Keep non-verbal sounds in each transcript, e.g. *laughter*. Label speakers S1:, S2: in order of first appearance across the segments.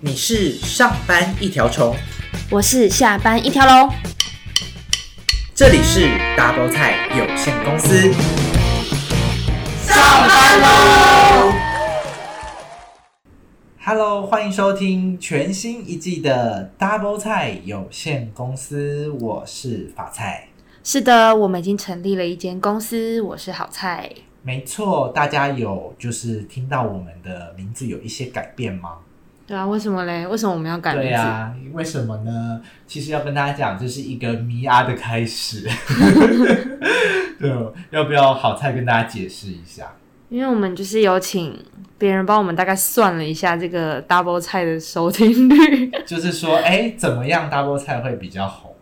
S1: 你是上班一条虫，
S2: 我是下班一条龙。
S1: 这里是 Double 菜有限公司。
S3: 上班喽！
S1: Hello，欢迎收听全新一季的 Double 菜有限公司，我是法菜。
S2: 是的，我们已经成立了一间公司，我是好菜。
S1: 没错，大家有就是听到我们的名字有一些改变吗？
S2: 对啊，为什么嘞？为什么我们要改名
S1: 对
S2: 字？
S1: 呀、为什么呢？其实要跟大家讲，这是一个迷啊的开始。对，要不要好菜跟大家解释一下？
S2: 因为我们就是有请别人帮我们大概算了一下这个 Double 菜的收听率。 *laughs*
S1: 就是说，哎、怎么样 double 菜会比较红？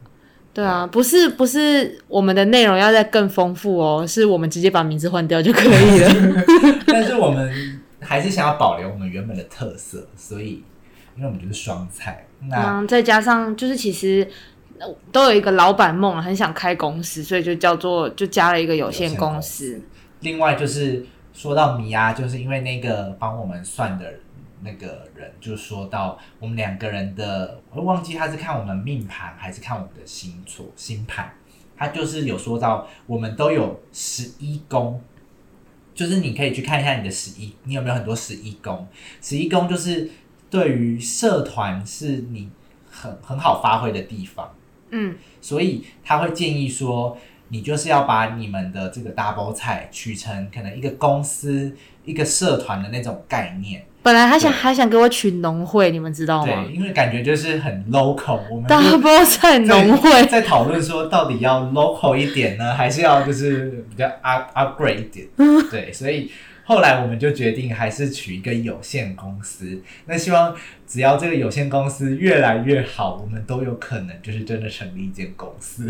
S2: 对啊，不是不是，我们的内容要再更丰富哦，是我们直接把名字换掉就可以 *laughs* 了。
S1: 但是我们还是想要保留我们原本的特色，所以因为我们就是双菜，那
S2: 嗯，再加上就是其实。呃都有一个老板梦，啊很想开公司，所以就叫做就加了一个有限公司。
S1: 另外就是说到米娅，就是因为那个帮我们算的那个人，就说到我们两个人的，我忘记他是看我们命盘还是看我们的星座星盘，他就是有说到我们都有十一宫，就是你可以去看一下你的十一，你有没有很多十一宫？十一宫就是对于社团是你很很好发挥的地方。
S2: 嗯，
S1: 所以他会建议说，你就是要把你们的这个 double 菜取成可能一个公司、一个社团的那种概念，
S2: 本来还想
S1: 对
S2: 还想给我取农会，你们知道吗
S1: 对，因为感觉就是很 local，我们就
S2: ？Double
S1: 在
S2: 菜农会，
S1: 在讨论说到底要 local 一点呢，还是要就是比较 up upgrade 一
S2: *laughs*
S1: 点，对，所以。后来我们就决定还是取一个有限公司，那希望只要这个有限公司越来越好，我们都有可能就是真的成立一间公司。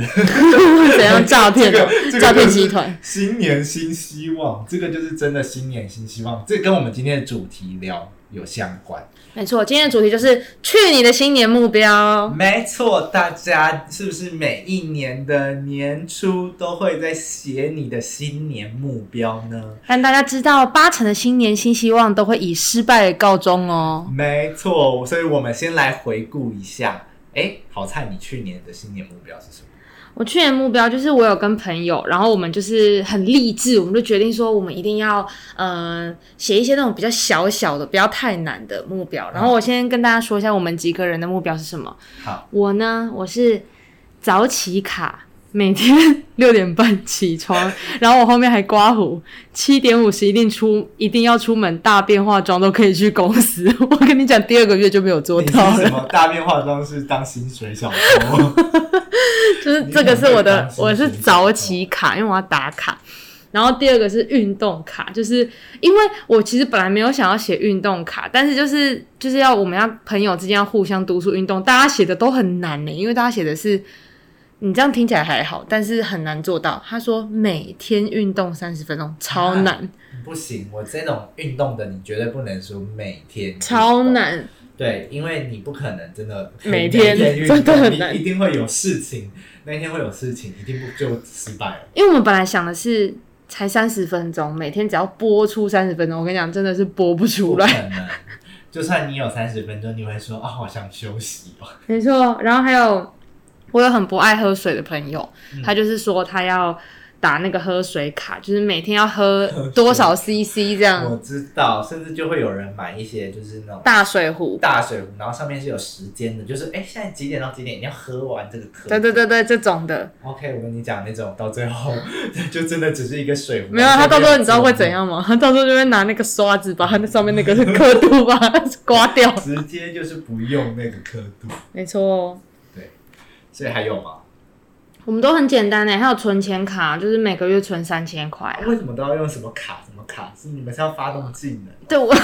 S2: 怎样诈骗
S1: 这
S2: 的
S1: 个这个
S2: 诈骗集团？
S1: 新年新希望，这个就是真的新年新希望，这跟我们今天的主题聊有相关。
S2: 没错，今天的主题就是去你的新年目标。
S1: 没错，大家是不是每一年的年初都会在写你的新年目标呢？
S2: 但大家知道，八成的新年新希望都会以失败告终哦。
S1: 没错，所以我们先来回顾一下。哎，好菜，你去年的新年目标是什么？
S2: 我去年目标就是我有跟朋友，然后我们就是很励志，我们就决定说我们一定要呃写一些那种比较小小的，不要太难的目标。然后我先跟大家说一下我们几个人的目标是什么。
S1: 好，
S2: 我呢，我是早起卡，每天六点半起床， *laughs* 然后我后面还刮胡，七点五十一定出，一定要出门，大变化妆都可以去公司。 *laughs* 我跟你讲，第二个月就没有做
S1: 你是
S2: 到
S1: 什
S2: 了，
S1: 么大变化妆是当薪水小
S2: *laughs*
S1: 偷？
S2: 就是这个是我
S1: 你很会当
S2: 的，
S1: 心
S2: 我是
S1: 情
S2: 早起卡，因为我要打卡。然后第二个是运动卡，就是因为我其实本来没有想要写运动卡，但是就是就是要我们要朋友之间要互相督促运动，大家写的都很难呢，因为大家写的是你这样听起来还好，但是很难做到。他说每天运动三十分钟，超难，
S1: 不行，我这种运动的，你绝对不能说每天
S2: 超难。
S1: 对，因为你不可能真的可以
S2: 每天
S1: 运
S2: 真的
S1: 动
S2: 很
S1: 你
S2: 难
S1: 一定会有事情，那一天会有事情，一定不就失败了。
S2: 因为我们本来想的是才三十分钟，每天只要播出三十分钟，我跟你讲，真的是播不
S1: 不
S2: 出
S1: 可
S2: 来。
S1: 能，就算你有三十分钟，你会说啊、我想休息哦。
S2: 没错，然后还有我有很不爱喝水的朋友，
S1: 嗯
S2: 他就是说他要打那个喝水卡，就是每天要喝
S1: 喝水
S2: 多少 CC 这
S1: 我
S2: 样
S1: 知道，甚至就会有人买一些就是那种
S2: 大水壶。
S1: 大水壶，然后上面是有时间的，就是哎现在几点到几点你要喝完这个可乐。
S2: 对对对对，这种的
S1: OK，我跟你讲，那种到最后就真的只是一个水壶。
S2: 没有，啊他到时候你知道会怎？样吗？ *laughs* 他到时候就会拿那个刷子把它那上面那个刻度把它刮掉。
S1: 直接就是不用那个刻度，
S2: *laughs* 没错，
S1: 所以还有吗？
S2: 我们都很简单呢，欸还有存钱卡，就是每个月存三千块啊。
S1: 为什么都要用什么卡？什么卡？是你们是要发动技能？
S2: 对我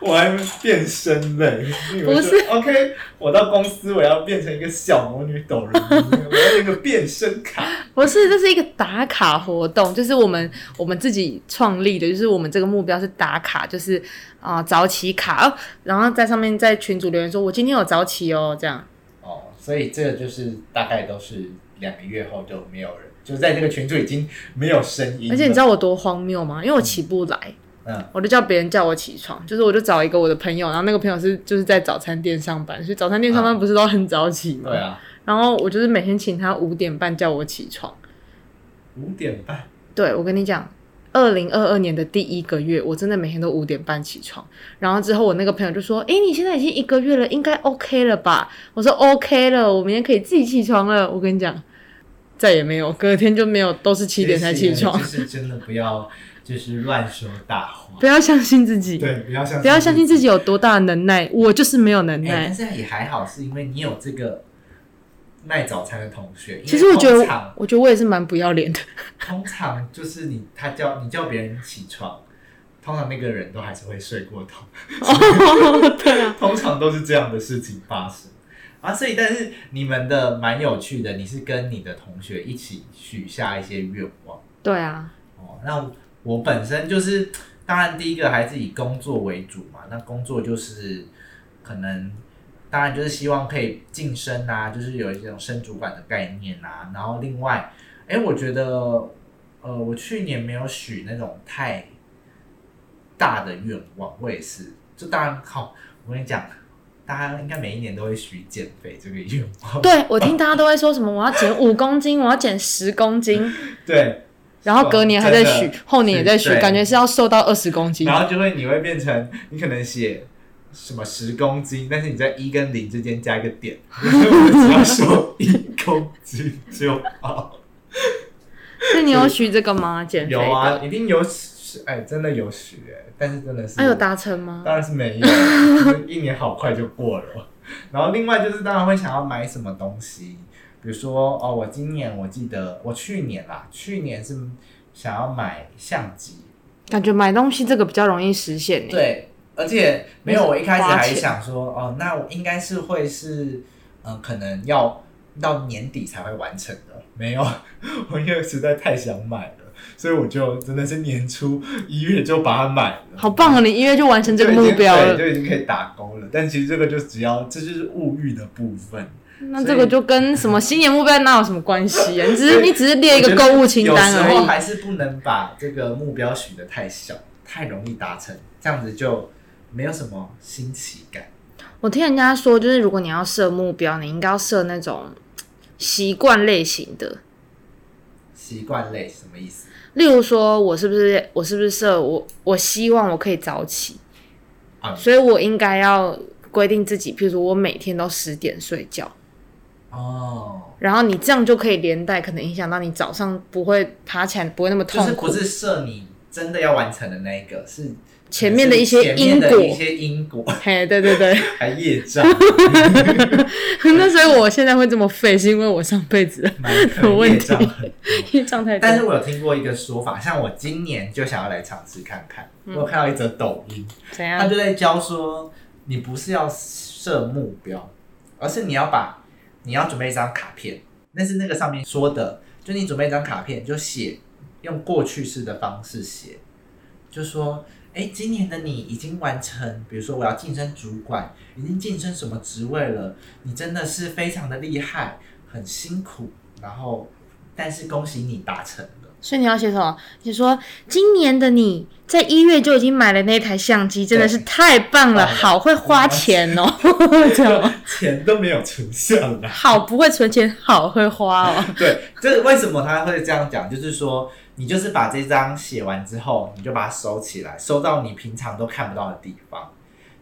S1: 我还变身嘞！你以为
S2: 不是
S1: 说 OK，我到公司我要变成一个小魔女斗人，我要那个变身卡。 *laughs*
S2: 不是，这是一个打卡活动，就是我们我们自己创立的，就是我们这个目标是打卡，就是啊、早起卡，哦然后在上面在群组留言说，我今天有早起哦，这样。
S1: 哦，所以这个就是大概都是两个月后就没有人就在这个群组已经没有声音了。
S2: 而且你知道我多荒谬吗？因为我起不来，
S1: 嗯，
S2: 我就叫别人叫我起床，就是我就找一个我的朋友，然后那个朋友是就是在早餐店上班，所以早餐店上班不是都很早起
S1: 啊
S2: 吗？
S1: 对。啊，
S2: 然后我就是每天请他五点半叫我起床。
S1: 五点半，
S2: 对，我跟你讲，二零二二年的第一个月，我真的每天都五点半起床。然后之后，我那个朋友就说：“诶，你现在已经一个月了，应该 OK 了吧？”我说：“OK 了，我明天可以自己起床了。”我跟你讲，再也没有，隔天就没有，都是七点才起床
S1: 就。是真的不要就是乱说大话，
S2: 不要相信自己，
S1: 对，不要相
S2: 不要相信自己有多大的能耐，我就是没有能
S1: 哎、但
S2: 耐。
S1: 是也还好，是因为你有这个卖早餐的同学。因为
S2: 其实我觉得
S1: 通常，
S2: 我觉得我也是蛮不
S1: *laughs*
S2: 要脸的。
S1: 通常就是你他叫你叫别人起床，通常那个人都还是会睡过头，
S2: 对啊，
S1: 通常都是这样的事情发生。啊，所以但是你们的蛮有趣的，你是跟你的同学一起许下一些愿望
S2: *laughs* 对啊，
S1: 哦。那我本身就是，当然第一个还是以工作为主嘛。那工作就是可能，当然就是希望可以晋升啊，就是有一种升主管的概念啊。然后另外，哎，我觉得，呃，我去年没有许那种太大的愿望，我也是。就当然好，我跟你讲，大家应该每一年都会许减肥这个愿望。
S2: 对我听大家都会说什么我要减五公斤，我要减十公斤，
S1: 对，
S2: 然后隔年还在许
S1: 啊真的，
S2: 后年也在许，
S1: 对
S2: 感觉是要瘦到二十公斤。
S1: 然后就会你会变成你可能写什么十公斤，但是你在一跟零之间加一个点，我只要说一公斤就好。
S2: 那你有许这个吗？减
S1: *laughs*
S2: 肥
S1: 有啊，*laughs*
S2: 的？
S1: 一定有许，哎，真的有许哎、但是真的是
S2: 啊那有达成吗？
S1: 当然是没有，就是一年好快就过了。然后另外就是当然会想要买什么东西，比如说哦，我今年我记得我去年啦，去年是想要买相机，
S2: 感觉买东西这个比较容易实现欸呢。
S1: 对，而且没有，我一开始
S2: 花
S1: 还
S2: 钱
S1: 想说，哦，那我应该是会是，嗯、可能要到年底才会完成的。没有， *laughs* 我因为实在太想买了，所以我就真的是年初一月就把它买了。
S2: 好棒哦！你一月就完成这个
S1: 就已
S2: 目
S1: 经
S2: 标
S1: 对
S2: 了，
S1: 就已经可以打勾了。但其实这个就只要，这就是物欲的部分。
S2: 那这个就跟什么新年目标哪有什么关系啊？你只是
S1: 所以
S2: 你只是列一个购物清单而
S1: 有时候
S2: 已。
S1: 还是不能把这个目标许得太小，太容易达成，这样子就没有什么新奇感。
S2: 我听人家说，就是如果你要设目标，你应该要设那种嘖习惯类型的，
S1: 习惯类什么意思？
S2: 例如说，我是不是我是不是设我我希望我可以早起，
S1: 啊
S2: 所以我应该要规定自己，譬如说我每天都十点睡觉，
S1: 哦，
S2: 然后你这样就可以连带可能影响到你早上不会爬起来不会那么
S1: 就是
S2: 痛苦，
S1: 不是设你真的要完成的那一个，是
S2: 前面的一些
S1: 前面的
S2: 因果
S1: 一些因果 *laughs*
S2: 嘿，对对 *laughs* 对，
S1: 还业障，
S2: 那所以我现在会这么废，是因为我上辈子
S1: 蛮可
S2: 有
S1: 能业
S2: 问题
S1: 障 *laughs* 很多。
S2: 业障太多
S1: 但。是我有听过一个说法，像我今年就想要来尝试看看。
S2: 嗯
S1: 我有看到一则抖音，
S2: 怎
S1: 他
S2: 样？
S1: 就在教说，你不是要设目标，而是你要把你要准备一张卡片，那是那个上面说的，就你准备一张卡片，就写用过去式的方式写，就说，哎、今年的你已经完成，比如说我要晋升主管，已经晋升什么职位了，你真的是非常的厉害，很辛苦，然后但是恭喜你达成了。
S2: *laughs* 所以你要写什么？你说今年的你在一月就已经买了那台相机，真的是太棒了，
S1: 对
S2: 好会花钱哦， *laughs* 这样吗
S1: 钱都没有存下来，
S2: 好不会存钱，好会
S1: *laughs*
S2: 花哦。
S1: 对，这为什么他会这样讲？就是说，你就是把这张写完之后，你就把它收起来，收到你平常都看不到的地方。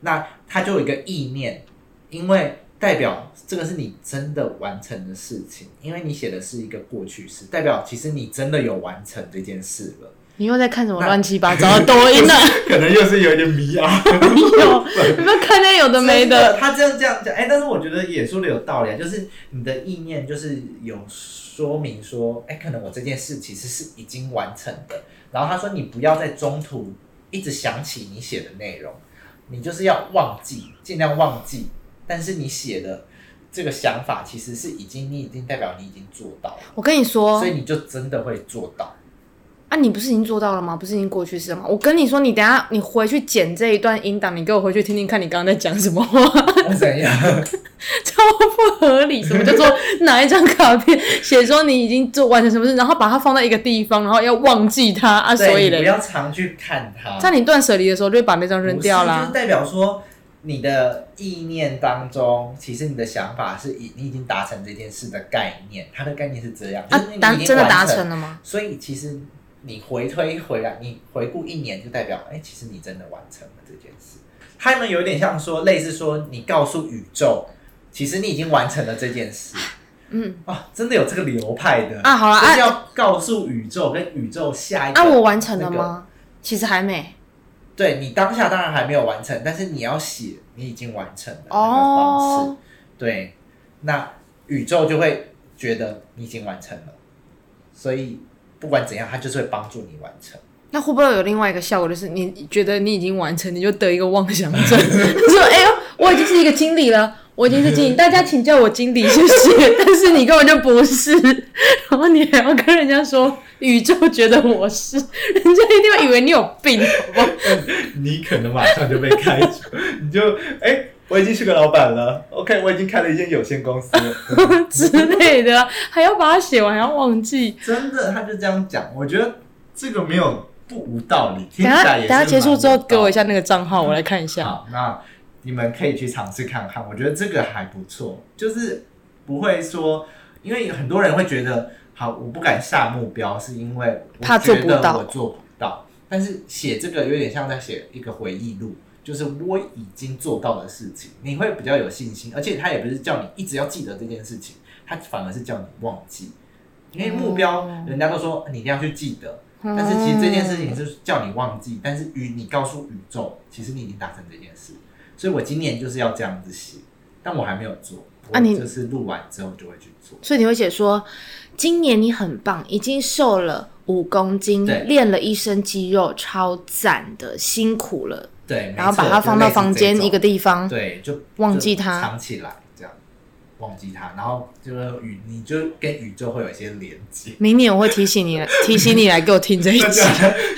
S1: 那它就有一个意念，因为代表这个是你真的完成的事情，因为你写的是一个过去式，代表其实你真的有完成这件事了。
S2: 你又在看什么乱七八糟的抖音呢？
S1: *laughs* 可能又是有点迷 *laughs* 啊。
S2: 没有，你们看那有的没
S1: 真
S2: 的。
S1: 他这样这样讲，哎、但是我觉得也说的有道理啊，就是你的意念就是有说明说，哎、可能我这件事其实是已经完成的，然后他说你不要在中途一直想起你写的内容，你就是要忘记，尽量忘记，但是你写的这个想法其实是已经你已经代表你已经做到了，
S2: 我跟你说
S1: 所以，你就真的会做到。
S2: 啊，你不是已经做到了吗？不是已经过去式了吗？我跟你说，你等一下你回去剪这一段音档，你给我回去听听看，你刚刚在讲什么话，
S1: 我怎样？
S2: *laughs* 超不合理。什么叫做拿一张卡片写说你已经做完成什么事，然后把它放在一个地方，然后要忘记它啊？所以
S1: 对，你不
S2: 嘞，
S1: 要常去看它，
S2: 在你断舍离的时候，就会把那张扔掉
S1: 不是
S2: 啦
S1: 就是。代表说你的意念当中，其实你的想法是已你已经达成这件事的概念，它的概念是这样，就
S2: 啊
S1: 是你已，经
S2: 达真的达
S1: 完
S2: 成了吗？
S1: 所以其实你回推回来，你回顾一年，就代表哎、其实你真的完成了这件事。他们有点像说，类似说你告诉宇宙，其实你已经完成了这件事。
S2: 嗯
S1: 啊，真的有这个流派的
S2: 啊，好了
S1: 就是
S2: 啊
S1: 要告诉宇宙跟宇宙下一个。
S2: 啊，我完成了
S1: 那个？
S2: 吗？其实还没
S1: 对你当下当然还没有完成，但是你要写你已经完成了那个方式。
S2: 哦。
S1: 对，那宇宙就会觉得你已经完成了，所以不管怎样，它就是会帮助你完成。
S2: 那会不会有另外一个效果，就是你觉得你已经完成，你就得一个妄
S1: *laughs*
S2: 想症，就说哎呦，我已经是一个经理了，我已经是经理，大家请叫我经理谢谢。但是 *laughs* 你根本就不是，然后你还要跟人家说宇宙觉得我是， *laughs* 人家一定会以为你有病，好不好？
S1: 你可能马上就被开除，你就哎、我已经是个老板了，OK，我已经开了一间有限公司 *laughs* 了。
S2: 之类的啊，还要把它写完，还要忘记。
S1: 真的，他就这样讲，我觉得这个没有不无道理。听
S2: 等
S1: 起
S2: 下
S1: 来也
S2: 等
S1: 是
S2: 下结束之后，
S1: 蛮无道
S2: 给我一下那个账号，我来看一下。
S1: 好，那你们可以去尝试看看，我觉得这个还不错，就是不会说，因为很多人会觉得，好，我不敢下目标，是因为我
S2: 怕做
S1: 觉
S2: 不
S1: 得
S2: 到
S1: 我做不到。但是写这个有点像在写一个回忆录，就是我已经做到的事情，你会比较有信心，而且他也不是叫你一直要记得这件事情，他反而是叫你忘记，因为目标
S2: 哦
S1: 人家都说你一定要去记得，
S2: 但
S1: 但是其实这件事情是叫你忘记，但是与你告诉宇宙，其实你已经达成这件事，所以我今年就是要这样子写，但我还没有做，我
S2: 啊你
S1: 就是录完之后就会去做。
S2: 所以你会写说，今年你很棒，已经瘦了五公斤
S1: 对，
S2: 练了一身肌肉，超赞的，辛苦了。
S1: 对，没
S2: 然后把
S1: 错
S2: 它放到房
S1: 就
S2: 间
S1: 类似这种
S2: 一个地方。
S1: 对，就
S2: 忘记它。
S1: 就藏起来这样，忘记它，然后就是宇，你就跟宇宙会有一些连接
S2: 明年我会提醒你 *laughs* 来，提醒你来给我听这一集。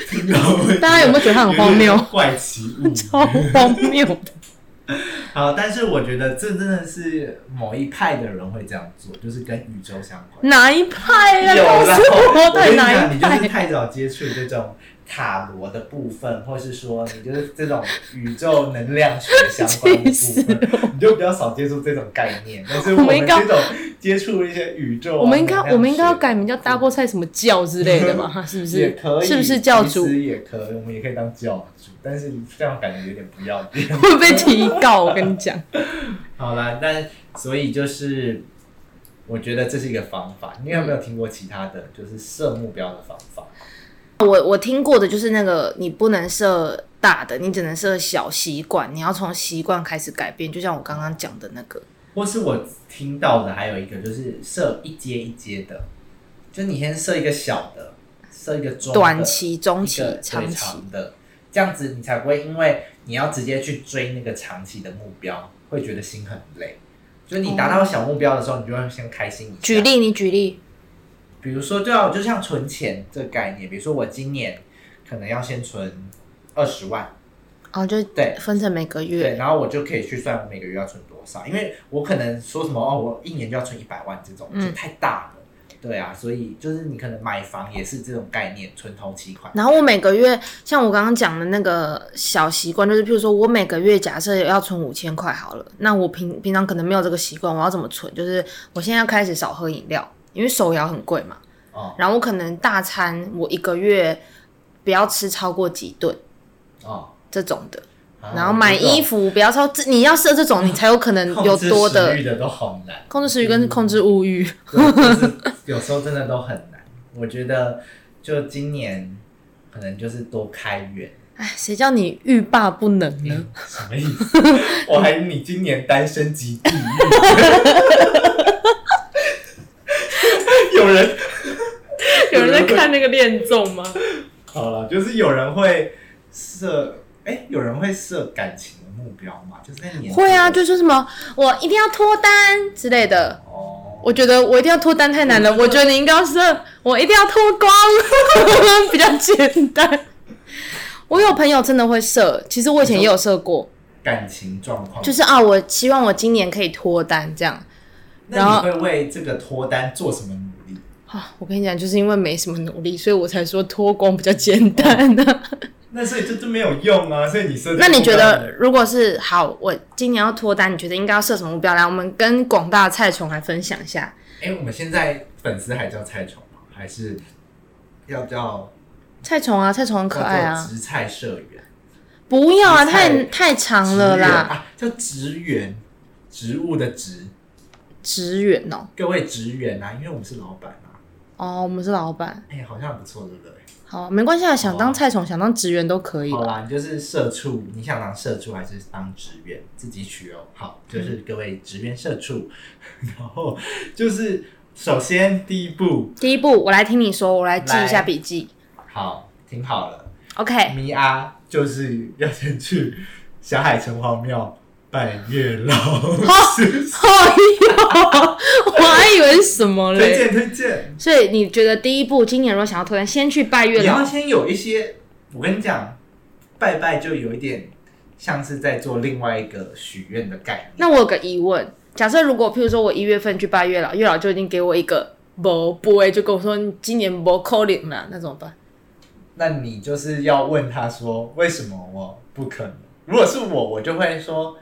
S1: 听到会
S2: *laughs* 大家有没有觉得它很荒谬
S1: 有点 *laughs* 怪奇物
S2: 超荒谬的，
S1: 好，但是我觉得这真的是某一派的人会这样做，就是跟宇宙相关。
S2: 哪一派啊？
S1: 有
S2: 告
S1: 啦
S2: 诉我，
S1: 跟
S2: 对
S1: 你
S2: 哪
S1: 讲，
S2: 一
S1: 你就
S2: 派
S1: 是？太早接触这种塔罗的部分，或是说你就是这种宇宙能量学相关的部分，你就比较少接触这种概念。但是
S2: 我
S1: 我
S2: 们
S1: 们
S2: 应
S1: 这
S2: 该
S1: 种接触一些宇宙啊、
S2: 我们应该
S1: 能量学
S2: 我们应该要改名叫 double 菜什么教之类的
S1: *laughs*
S2: 吧？是不
S1: 也
S2: 是？
S1: 可以，
S2: 是不是教主
S1: 其实也可以，我们也可以当教主，但是这样感觉有点不要脸。
S2: 会被提告，我跟你讲。
S1: 好啦，但所以就是，我觉得这是一个方法。你有没有听过其他的就是设目标的方法？
S2: 我我听过的就是那个，你不能设大的，你只能设小习惯，你要从习惯开始改变。就像我刚刚讲的那个，
S1: 或是我听到的还有一个就是设一阶一阶的，就你先设一个小的，设一个中的
S2: 短期、中
S1: 一
S2: 期
S1: 个、对、
S2: 长期，
S1: 长的，这样子你才不会因为你要直接去追那个长期的目标，会觉得心很累。就是你达到小目标的时候，你就会先开心一下。
S2: 哦举，例，你举例，
S1: 比如说，对啊，就像存钱这个概念，比如说我今年可能要先存二十万，
S2: 哦，就
S1: 对
S2: 分成每个
S1: 对，
S2: 月，
S1: 然后我就可以去算我每个月要存多少，因为我可能说什么哦，我一年就要存一百万这种，
S2: 嗯
S1: 就太大了。对啊，所以就是你可能买房也是这种概念，存头期款。
S2: 然后我每个月，像我刚刚讲的那个小习惯，就是譬如说我每个月假设要存五千块好了，那我平平常可能没有这个习惯，我要怎么存？就是我现在要开始少喝饮料，因为手摇很贵嘛。
S1: 哦
S2: 然后我可能大餐我一个月不要吃超过几顿
S1: 哦，
S2: 这种的。
S1: 啊
S2: 然后买衣，服不要超，这你要设
S1: *laughs*
S2: 这种，你才有可能
S1: 我觉得
S2: 有
S1: 控制
S2: 多
S1: 食
S2: 的
S1: 欲嗯的都好难，
S2: 控制食欲跟控制物欲。
S1: 对就是有时候真的都很难。我觉得就今年可能就是多开源，
S2: 哎，谁叫你欲罢不能呢？
S1: 什么意思？我还你今年单身级地狱， *laughs* 有人有人在看
S2: 那个恋综吗？
S1: 好了，就是有人会设，哎、有人会设感情的目标嘛？就是在年
S2: 会啊，
S1: 底
S2: 就说什么我一定要脱单之类的。
S1: 哦，
S2: 我觉得我一定要脱单太难了，我觉得你应该要设我一定要脱光， *laughs* 比较简单。我有朋友真的会设，其实我以前也有设过，
S1: 感情状况，
S2: 就是啊，我希望我今年可以脱单这样。
S1: 那你会为这个脱单做什么努力？
S2: 啊，我跟你讲，就是因为没什么努力，所以我才说脱光比较简单啊呢、
S1: 哦那所以这就没有用啊，所以你设定
S2: 那你觉
S1: 目
S2: 得，
S1: 标？
S2: 如果是好，我今年要脱单，你觉得应该要设什么目标？来，我们跟广大的菜虫来分享一下。
S1: 哎、我们现在粉丝还叫菜虫吗？还是要叫
S2: 菜虫啊，菜虫很可爱
S1: 叫
S2: 啊
S1: 做，直菜社员？
S2: 不要啊，
S1: 植菜
S2: 太太长了
S1: 植园
S2: 啦，
S1: 啊，叫植园，植物的植，
S2: 职员哦，
S1: 各位职员啊，因为我们是老板啊，
S2: 哦，我们是老板，
S1: 哎、好像很不错，对不对？
S2: 好，没关系啊，想
S1: 好
S2: 当
S1: 啊
S2: 菜虫，想当职员都可以
S1: 好
S2: 吧。
S1: 啦，你就是社畜，你想当社畜还是当职员，自己取哦。好，就是各位职员社畜， *laughs* 然后就是首先第一步，
S2: 第一步，我来听你说，我来记一下
S1: 来
S2: 笔记。
S1: 好，听好了，
S2: OK， *laughs* 哎
S1: 米阿就是要先去小海城隍庙拜月
S2: *laughs*
S1: 老，
S2: 哎呦，我还以为是什么
S1: 推
S2: 嘞？
S1: 荐推荐。
S2: 所以你觉得第一步，今年如果想要脱单，先去拜月
S1: 你
S2: 老
S1: 要，先有一些，我跟你讲，拜拜就有一点像是在做另外一个许愿的概念。
S2: 那我有个疑问，假设如果譬如说我一月份去拜月老，月老就已经给我一个无不就跟我说你今年无扣零了，那怎么办？
S1: 那你就是要问他说，为什么我不可能？如果是我，我就会说，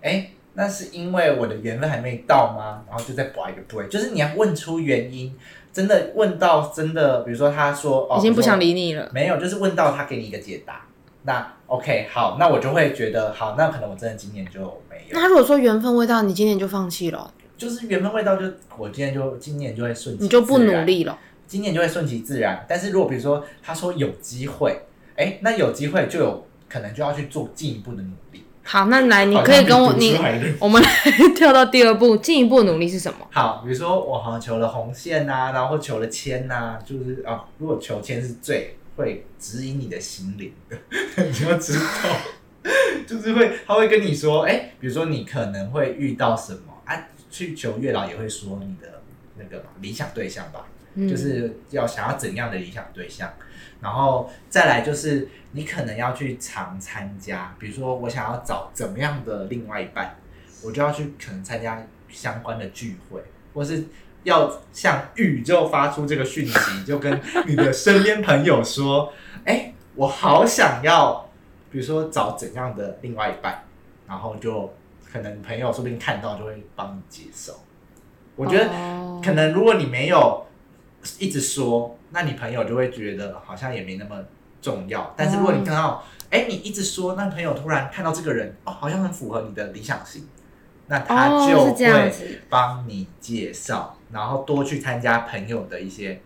S1: 哎、那是因为我的缘分还没到吗？然后就再拔一个对，就是你要问出原因，真的问到真的，比如说他说哦，
S2: 已经不想
S1: 理。
S2: 理你了。
S1: 没有，就是问到他给你一个解答。那 OK，好，那我就会觉得好，那可能我真的今年就没有
S2: 那，他如果说缘分未到，你今年就放弃了哦，
S1: 就是缘分未到就，我今年就今年就会顺其，
S2: 你就不努，力了。
S1: 今年就会顺其自然。但是如果比如说他说有机会，哎，那有机会就有可能就要去做进一步的努力。
S2: 好，哦那来，你可以跟我你，我们来 *laughs* 跳到第二步，进一步努力是什么？
S1: 好，比如说我好像求了红线呐、然后求了签呐、就是啊、哦，如果求签是最会指引你的心灵的，你要知道，就是会他会跟你说，哎、比如说你可能会遇到什么啊，去求月老也会说你的那个嘛理想对象吧，
S2: 嗯
S1: 就是要想要怎样的理想对象，然后再来就是你可能要去常参加，比如说我想要找怎么样的另外一半，我就要去可能参加相关的聚会，或是要向宇宙发出这个讯息，就跟你的身边朋友说，哎、我好想要，比如说找怎样的另外一半，然后就可能朋友说不定看到就会帮你接受，我觉得。
S2: 哦
S1: 可能如果你没有一直说，那你朋友就会觉得好像也没那么重
S2: 嗯
S1: 要。但是如果你看到，哎、你一直说，那朋友突然看到这个人，哦，好像很符合你的理想型，那他
S2: 哦
S1: 就是
S2: 这样
S1: 会
S2: 子
S1: 帮你介绍，然后多去参加朋友的一些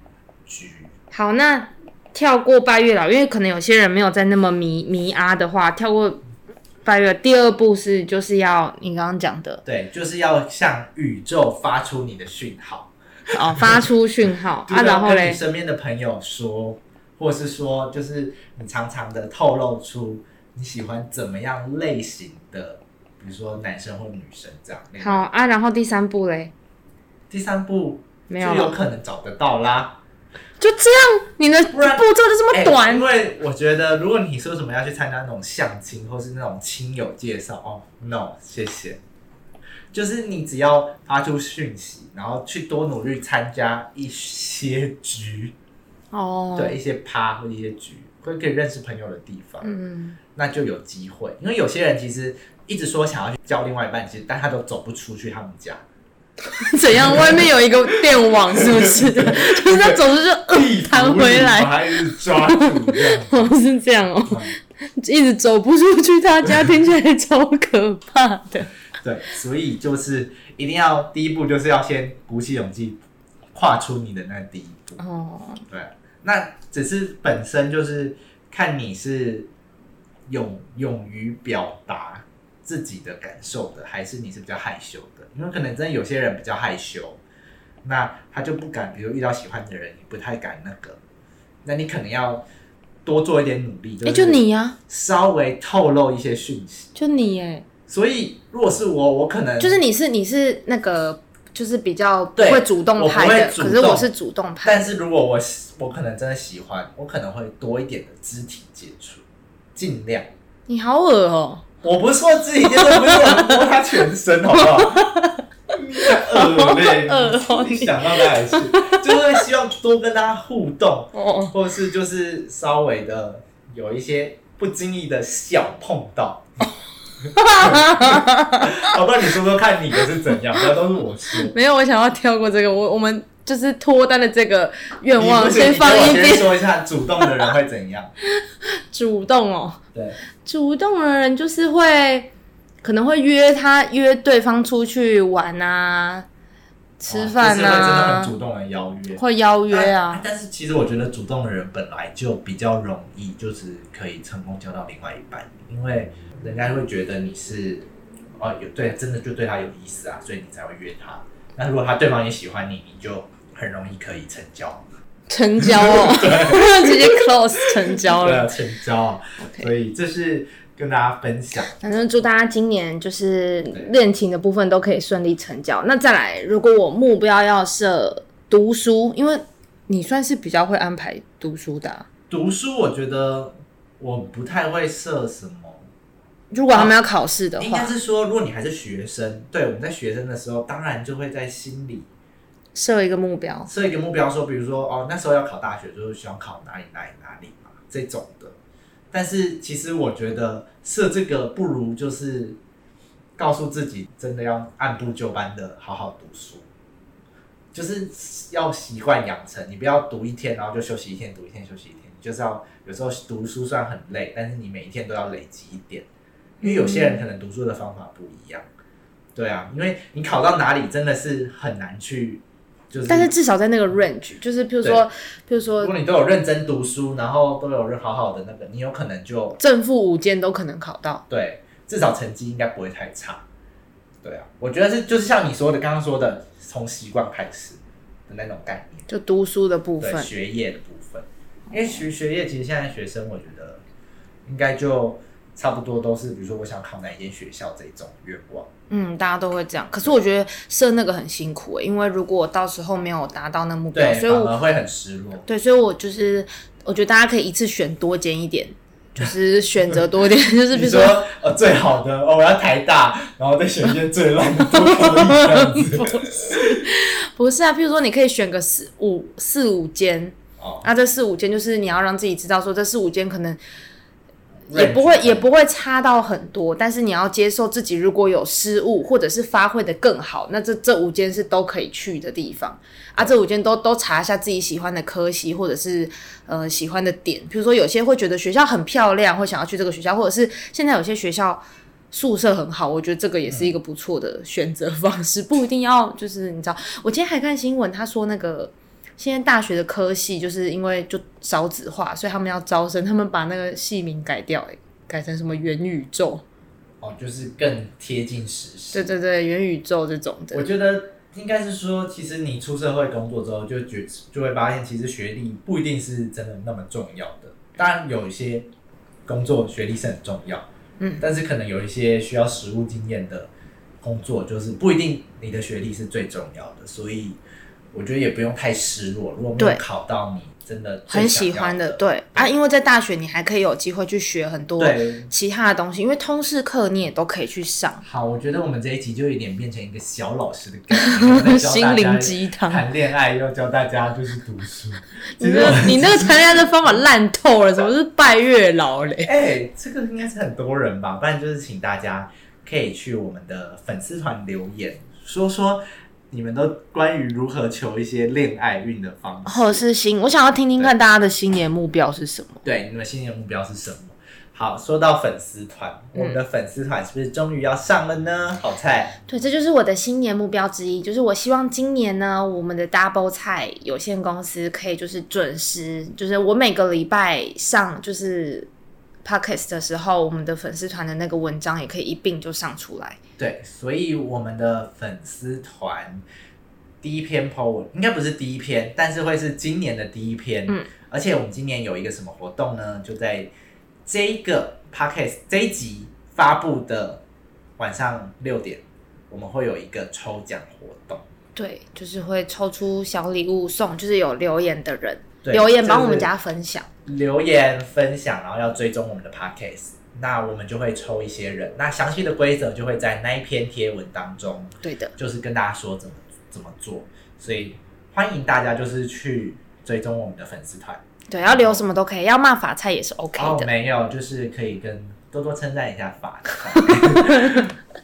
S1: 局。
S2: 好，那跳过拜月老，因为可能有些人没有在那么迷迷啊的话，跳过拜月。第二步是就是要你刚刚讲的
S1: 对，就是要向宇宙发出你的讯号 *laughs*
S2: 哦，发出讯号
S1: 就是
S2: 啊，然后
S1: 要跟你
S2: 嘞，
S1: 身边的朋友说，或是说，就是你常常的透露出你喜欢怎么样类型的，比如说男生或女生这样。那个
S2: 好，啊，然后第三步嘞，
S1: 第三步就
S2: 没有
S1: 有
S2: 了，
S1: 可能找得到啦。
S2: 就这样，你的步
S1: 不然
S2: 骤就这么
S1: 哎
S2: 短
S1: 因，为我觉得如果你说什么要去参加那种相亲或是那种亲友介绍，哦，no，谢谢。就是你只要发出讯息，然后去多努力参加一些局，
S2: 哦，
S1: 对，一些趴或一些局，会可以认识朋友的地方，
S2: 嗯，
S1: 那就有机会。因为有些人其实一直说想要去交另外一半，其实但他都走不出去他们
S2: *laughs*
S1: 家，
S2: 怎样？外面有一个电网是不
S1: *laughs*
S2: 是？就是他总是就呃弹回来，。
S1: 还是抓住这样
S2: *laughs* 哦，是这样哦，一直走不出去，他家听起来超可怕的。
S1: 对，所以就是一定要第一步就是要先鼓起勇气跨出你的那第一步。
S2: 哦，
S1: 对，那只是本身就是看你是勇勇于表达自己的感受的，还是你是比较害羞的，因为可能真的有些人比较害羞，那他就不敢，比如遇到喜欢的人，也不太敢那个，那你可能要多做一点努力，
S2: 哎，
S1: 是
S2: 就你呀，
S1: 稍微透露一些讯息。
S2: 就你哎。
S1: 所以，如果是我，我可能
S2: 就是你是你是那个就是比较不
S1: 嗯对
S2: 会主动
S1: 我不
S2: 派
S1: 会
S2: 的，
S1: 主
S2: 可是我
S1: 动
S2: 是主动派
S1: 但是如果我喜我可能真的喜欢，我可能会多一点的肢体接触，尽量。
S2: 你好恶哦、
S1: 我不是说自己，真的不是我摸他全身，好不好？恶嘞、
S2: 恶哦
S1: 你想到哪里去？就是会希望多跟他互动，
S2: 哦，
S1: 或是就是稍微的有一些不经意的小碰到。 *laughs* 好不然你说说看你的是怎样，不要都是我说。
S2: 没有，我想要跳过这个，我我们就是脱单的这个愿
S1: 你
S2: 望
S1: 不行
S2: 先
S1: 你
S2: 放
S1: 跟我
S2: 一
S1: 先
S2: 边。
S1: 说一下，主动的人会怎样？
S2: 主动哦，
S1: 对，
S2: 主动的人就是会可能会约他约对方出去玩啊，吃
S1: 哦
S2: 饭
S1: 就是会真的
S2: 啊，
S1: 很主动的邀约。
S2: 会邀约
S1: 但
S2: 啊。
S1: 哎但是其实我觉得主动的人本来就比较容易，就是可以成功交到另外一半，因为人家会觉得你是哦有对，真的就对他有意思啊，所以你才会约他。那如果他对方也喜欢你，你就很容易可以成交。
S2: 成交
S1: *laughs*
S2: 哦，直接 close 成交
S1: 对
S2: 了。
S1: 啊，成交啊。
S2: *laughs* OK
S1: 所以这是跟大家分享。
S2: 反正祝大家今年就是恋情的部分都可以顺利成交。那再来，如果我目标要设读书，因为你算是比较会安排读书的啊、
S1: 读书，我觉得我不太会设什么
S2: 如果他们要考试的
S1: 哦应
S2: 话
S1: 该，是说，如果你还是学生，对，我们在学生的时候，当然就会在心里
S2: 设一个目标。
S1: 设一个目标，说，比如说，哦，那时候要考大学，就是希望考哪里哪里哪里嘛，这种的。但是其实我觉得设这个不如就是告诉自己，真的要按部就班的好好读书，就是要习惯养成，你不要读一天然后就休息一天，读一天休息一天，你就是要有时候读书虽然很累，但是你每一天都要累积一点，因为有些人可能读书的方法不一样。对啊，因为你考到哪里真的是很难去，就是
S2: 但是至少在那个 range，就是譬如说，譬如
S1: 如
S2: 说
S1: 果你都有认真读书，然后都有好好的那个，你有可能就
S2: 正负五件都可能考到。
S1: 对，至少成绩应该不会太差。对啊，我觉得是就是像你说的，刚刚说的，从习惯开始的那种概念，
S2: 就读书的部
S1: 对
S2: 分，
S1: 学业的部分，因为学学业其实现在学生，我觉得应该就差不多都是，比如说我想考哪一间学校这种愿望。
S2: 嗯，大家都会这样。可是我觉得设那个很辛苦、欸，因为如果我到时候没有达到那目标，
S1: 对，
S2: 啊所以我
S1: 反而会很失落。
S2: 对，所以我就是我觉得大家可以一次选多间一点，就是选择多一点， *laughs* 就是比
S1: 你
S2: 如
S1: 说
S2: 说。
S1: 呃最好的哦，我要台大，然后再选一间最烂的都可以这样子
S2: 不是啊，譬如说，你可以选个四五四五间，
S1: 哦，
S2: 那这四五间就是你要让自己知道说，这四五间可能 *laughs* 也不会也不会差到很多，但是你要接受自己如果有失误或者是发挥的更好，那这这五间是都可以去的地方啊。这五间都都查一下自己喜欢的科系或者是呃喜欢的点，比如说有些会觉得学校很漂亮，会想要去这个学校，或者是现在有些学校。宿舍很好，我觉得这个也是一个不错的选择方式，不一定要就是你知道，我今天还看新闻，他说那个现在大学的科系就是因为就少子化，所以他们要招生，他 *laughs* 们把那个系名改掉、欸，改成什么元宇宙？
S1: 哦，就是更贴近实
S2: 对
S1: 事。
S2: 对对，元宇宙这种
S1: 我
S2: 的，
S1: 觉得应该是说，其实你出社会工作之后，就觉就会发现，其实学历不一定是真的那么重要的。当然，有一些工作学历是很重要，
S2: 嗯，
S1: 但是可能有一些需要实务经验的工作，就是不一定你的学历是最重要的。所以，我觉得也不用太失落，如果没
S2: 对
S1: 有考到你真的最
S2: 很喜
S1: 想要
S2: 欢
S1: 的，
S2: 的，对啊，因为在大学你还可以有机会去学很多
S1: 对。
S2: 其他的东西，因为通识课你也都可以去上。
S1: 好，我觉得我们这一集就有点变成一个小老师的感觉，
S2: *laughs* 心
S1: 在
S2: 灵
S1: 教大家
S2: 鸡汤
S1: 谈恋爱要教大家就是读
S2: *laughs*
S1: 书。
S2: 你
S1: 其实
S2: 那
S1: 我
S2: 个你那个谈恋爱的方法烂透了，怎么是拜月老嘞？
S1: 哎、这个应该是很多人吧，不然就是请大家可以去我们的粉丝团留言，说说你们都关于如何求一些恋爱运的方式，
S2: 或者是新，我想要听听看大家的新年目标是什么？
S1: 对你们新年目标是什么？好，说到粉丝团，
S2: 嗯
S1: 我们的粉丝团是不是终于要上了呢？好菜，
S2: 对，这就是我的新年目标之一，就是我希望今年呢，我们的 Double 菜有限公司可以就是准时，就是我每个礼拜上就是 Podcast 的时候，我们的粉丝团的那个文章也可以一并就上出来。
S1: 对，所以我们的粉丝团第一篇 po 文应该不是第一篇，但是会是今年的第一篇。
S2: 嗯，
S1: 而且我们今年有一个什么活动呢？就在这一个 podcast 这一集发布的晚上六点，我们会有一个抽奖活动。
S2: 对，就是会抽出小礼物送，就是有留言的人
S1: 对
S2: 留言帮我
S1: 这
S2: 们
S1: 是
S2: 家分享。
S1: 留言分享，然后要追踪我们的 podcast，那我们就会抽一些人。那详细的规则就会在那一篇贴文当中，
S2: 对的，
S1: 就是跟大家说怎么怎么做。所以欢迎大家就是去追踪我们的粉丝团。
S2: 对，要留什么都可以，要骂法菜也是 OK
S1: 哦，
S2: 的。
S1: 没有，就是可以跟多多称赞一下法菜。 *laughs*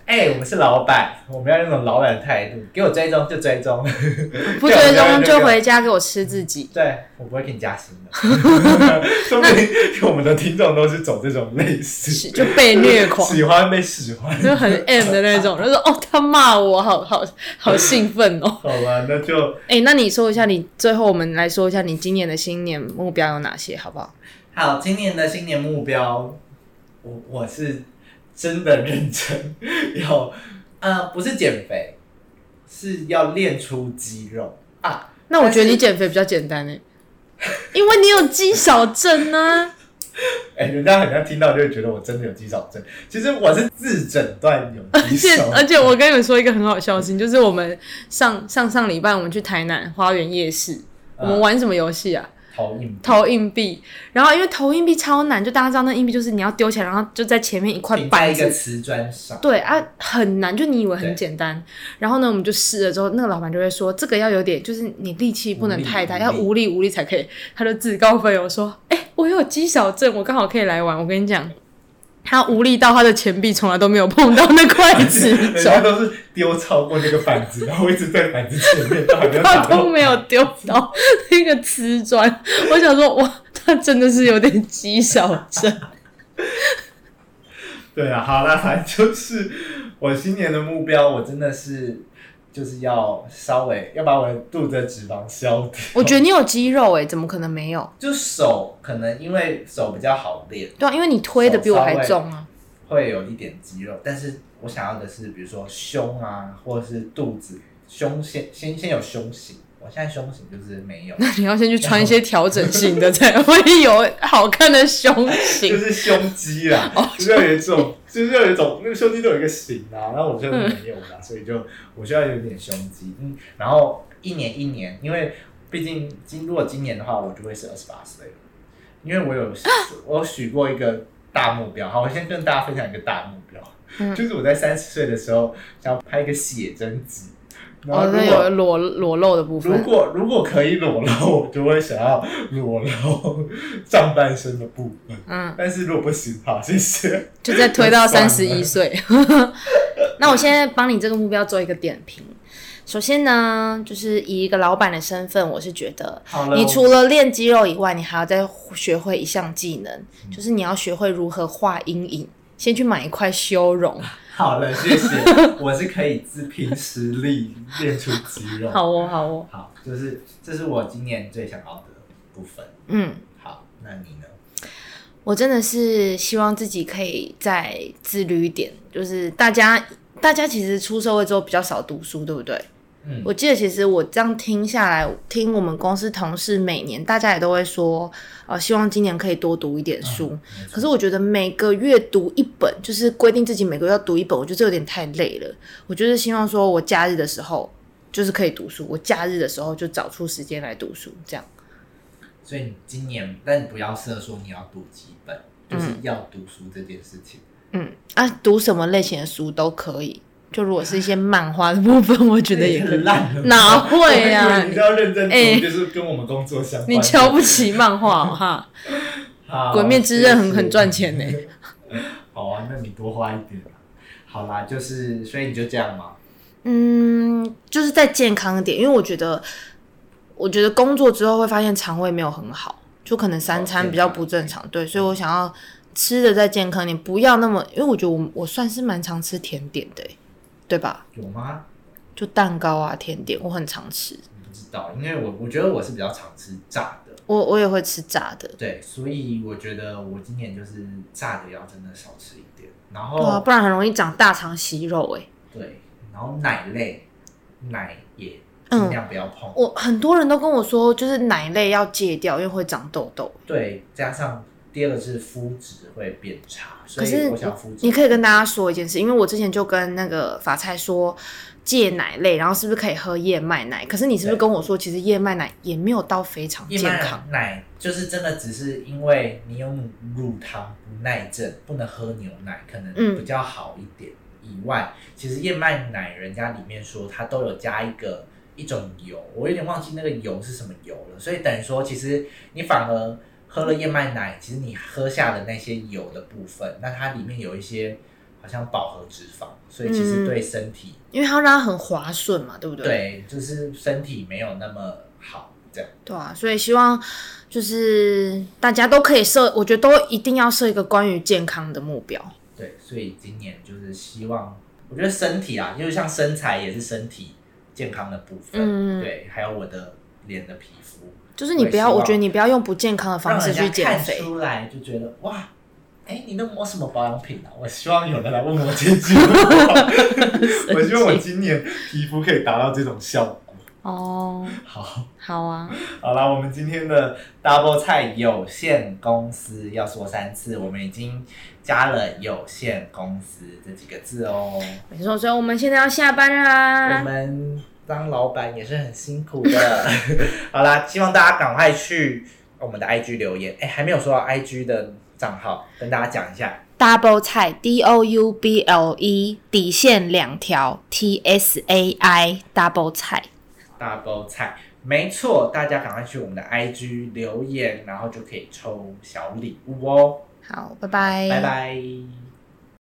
S1: 哎、我们是老板，我们要用那种老板的态度，给我追踪就追踪， *laughs*
S2: 不追踪就回家给我吃自己。
S1: 对我不会给你加薪的。 *laughs* 说不定我们的听众都是走这种类似，
S2: 是就被虐狂，
S1: 喜欢被使唤。
S2: 就很 M 的那种，就是哦，他骂我，好好好兴奋 *laughs* 哦。
S1: 好吧，那就
S2: 哎、那你说一下你，最后我们来说一下你今年的新年目标有哪些，好不好？
S1: 好。今年的新年目标，我我是真的认真要，呃，不是减肥，是要练出肌肉啊。
S2: 那我觉得你减肥比较简单诶， *laughs* 因为你有肌少症啊。
S1: 哎、人家好像听到就会觉得我真的有肌少症，其实我是自诊断有
S2: 而
S1: 肌
S2: 且
S1: 少症，
S2: *laughs* 而且我跟你们说一个很好笑的事情，就是我们上上上礼拜我们去台南花园夜市，我们
S1: 嗯
S2: 玩什么游戏啊？
S1: 头硬
S2: 投硬币，然后因为投硬币超难，就大家知道那硬币就是你要丢起来，然后就在前面一块
S1: 顶在
S2: 板
S1: 一个
S2: 子，
S1: 瓷砖上，
S2: 对啊，很难，就你以为很
S1: 对
S2: 简单，然后呢，我们就试了之后，那个老板就会说，这个要有点，就是你力气不能太大，
S1: 无力
S2: 要无力无力才可以。他就自告奋勇说，哎、我有肌少症，我刚好可以来玩。我跟你讲，他无力到他的前臂从来都没有碰到那块
S1: *laughs*
S2: 瓷
S1: 人家
S2: 砖，
S1: 都是丢超过那个板子，然后一直在板子前面，都还没有
S2: 他 *laughs*
S1: 打
S2: 都
S1: 到。
S2: 没有丢到那个瓷砖。我想说，哇，他真的是有点肌少症。
S1: 对啊，好啦，反正就是我新年的目标，我真的是就是要稍微要把我的肚子的脂肪消掉。
S2: 我觉得你有肌肉哎、怎么可能没有？
S1: 就手可能因为手比较好练，
S2: 对啊，因为你推的比我还重啊。
S1: 会有一点肌肉，但是我想要的是，比如说胸啊，或者是肚子，胸先先先有胸型，我现在胸型就是没有，
S2: 那你要先去穿一些调整型的，才会有好看的胸
S1: 就
S2: 型。
S1: 是胸肌啦，
S2: 哦
S1: 就是要有一种，就是要有一种那个胸肌都有一个型啊，然后我现在没有
S2: *laughs*
S1: 啦，所以就我需要有点胸肌，嗯，然后一年一年，因为毕竟今如果今年的话，我就会是二十八岁了，因为我有我有许过一个大目标，好，我先跟大家分享一个大目标。
S2: 嗯
S1: 就是我在三十岁的时候想要拍一个写真集，然后
S2: 哦，
S1: 如
S2: 那
S1: 果、
S2: 有裸裸露的部
S1: 如
S2: 分。
S1: 果如果可以裸露，我就会想要裸露上半身的部分。
S2: 嗯，
S1: 但是如果不行，好，谢谢。
S2: 就再推到
S1: 算了
S2: 三十一岁。 *laughs* 那我现在帮你这个目标做一个点评。首先呢，就是以一个老板的身份，我是觉得
S1: 好了，
S2: 你除了练肌肉以外，你还要再学会一项技能，
S1: 嗯
S2: 就是你要学会如何画阴影。先去买一块修容，
S1: 好了，谢
S2: *laughs*
S1: 谢。我是可以自凭实力练出肌肉。
S2: 好哦，好哦，
S1: 好，就是这是我今年最想要的部分。
S2: 嗯，
S1: 好，那你呢？
S2: 我真的是希望自己可以再自律一点，就是大家。大家其实出社会之后比较少读书，对不对？
S1: 嗯，
S2: 我记得其实我这样听下来，听我们公司同事每年大家也都会说，呃，希望今年可以多读一点书。
S1: 没错
S2: 可是我觉得每个月读一本，就是规定自己每个月要读一本，我觉得这有点太累了。我就是希望说我假日的时候就是可以读书，我假日的时候就找出时间来读书，这样。
S1: 所以你今年，但你不要设说你要读几本，就是要读书这件事情。
S2: 嗯啊，读什么类型的书都可以。就如果是一些漫画的部分，我觉得
S1: *laughs*
S2: 也可以。
S1: 烂了
S2: 哪会啊
S1: 我以为你知道认真
S2: 哎
S1: 读就是跟我们工作相关的。
S2: 你瞧不起漫画、哦、哈？
S1: 好
S2: 《鬼灭之刃》很很赚。
S1: 谢谢
S2: 钱呢。
S1: 好啊，那你多花一点啊。好啦，就是所以你就这样嘛。
S2: 嗯，就是再健康一点，因为我觉得，我觉得工作之后会发现肠胃没有很好，就可能三餐比较不正常，对，所以我想要吃的再健康一点，不要那么，因为我觉得我我算是蛮常吃甜点的欸，对吧？
S1: 有吗？
S2: 就蛋糕啊，甜点我很常吃，
S1: 不知道，因为我我觉得我是比较常吃炸的，
S2: 我我也会吃炸的，
S1: 对，所以我觉得我今年就是炸的要真的少吃一点，然
S2: 对啊，
S1: 后
S2: 不然很容易长大肠息肉哎、
S1: 对，然后奶类奶也
S2: 嗯
S1: 尽量不要碰。
S2: 我很多人都跟我说，就是奶类要戒掉，因为会长痘痘。
S1: 对，加上第二个是肤质会变差，所
S2: 可
S1: 以
S2: 是
S1: 我想肤质
S2: 你可以跟大家说一件事，因为我之前就跟那个法菜说戒奶类，然后是不是可以喝燕麦奶？可是你是不是
S1: 对
S2: 跟我说，其实燕麦奶也没有到非常
S1: 一
S2: 健康
S1: 般？奶就是真的只是因为你有乳乳糖不耐症，不能喝牛奶，可能
S2: 嗯
S1: 比较好一点。以外，其实燕麦奶人家里面说它都有加一个一种油，我有点忘记那个油是什么油了，所以等于说其实你反而喝了燕麦奶，其实你喝下的那些油的部分，那它里面有一些好像饱和脂肪，所以其实
S2: 嗯
S1: 对身体、
S2: 因为它让它很滑顺嘛，对不对？
S1: 对就是身体没有那么好这样。
S2: 对啊，所以希望就是大家都可以设，我觉得都一定要设一个关于健康的目标。
S1: 对，所以今年就是希望，我觉得身体啊，就是像身材也是身体健康的部分，
S2: 嗯
S1: 对，还有我的脸的皮肤，
S2: 就是你不要，
S1: 对希望
S2: 我觉得你不要用不健康的方式去
S1: 让人家
S2: 减
S1: 看
S2: 肥。
S1: 出来就觉得哇，哎，你都抹什么保养品啊？我希望有人来问我这句话， *laughs* 我希望我今年皮肤可以达到这种效果。
S2: 哦，
S1: 好，
S2: 好啊，
S1: 好啦，我们今天的 Double 菜有限公司要说三次，我们已经加了“有限公司”这几个字哦。
S2: 没错，所以我们现在要下班
S1: 我
S2: 啦。
S1: 们当老板也是很辛苦的。 *laughs* 好啦，希望大家赶快去我们的 IG 留言。哎、还没有说到 IG 的账号，跟大家讲一下。
S2: Double 菜 D O U B L E 底线两条 T S A I Double 菜，
S1: Double 菜，没错，大家赶快去我们的 IG 留言，然后就可以抽小礼物哦。
S2: 好，拜拜，
S1: 拜拜。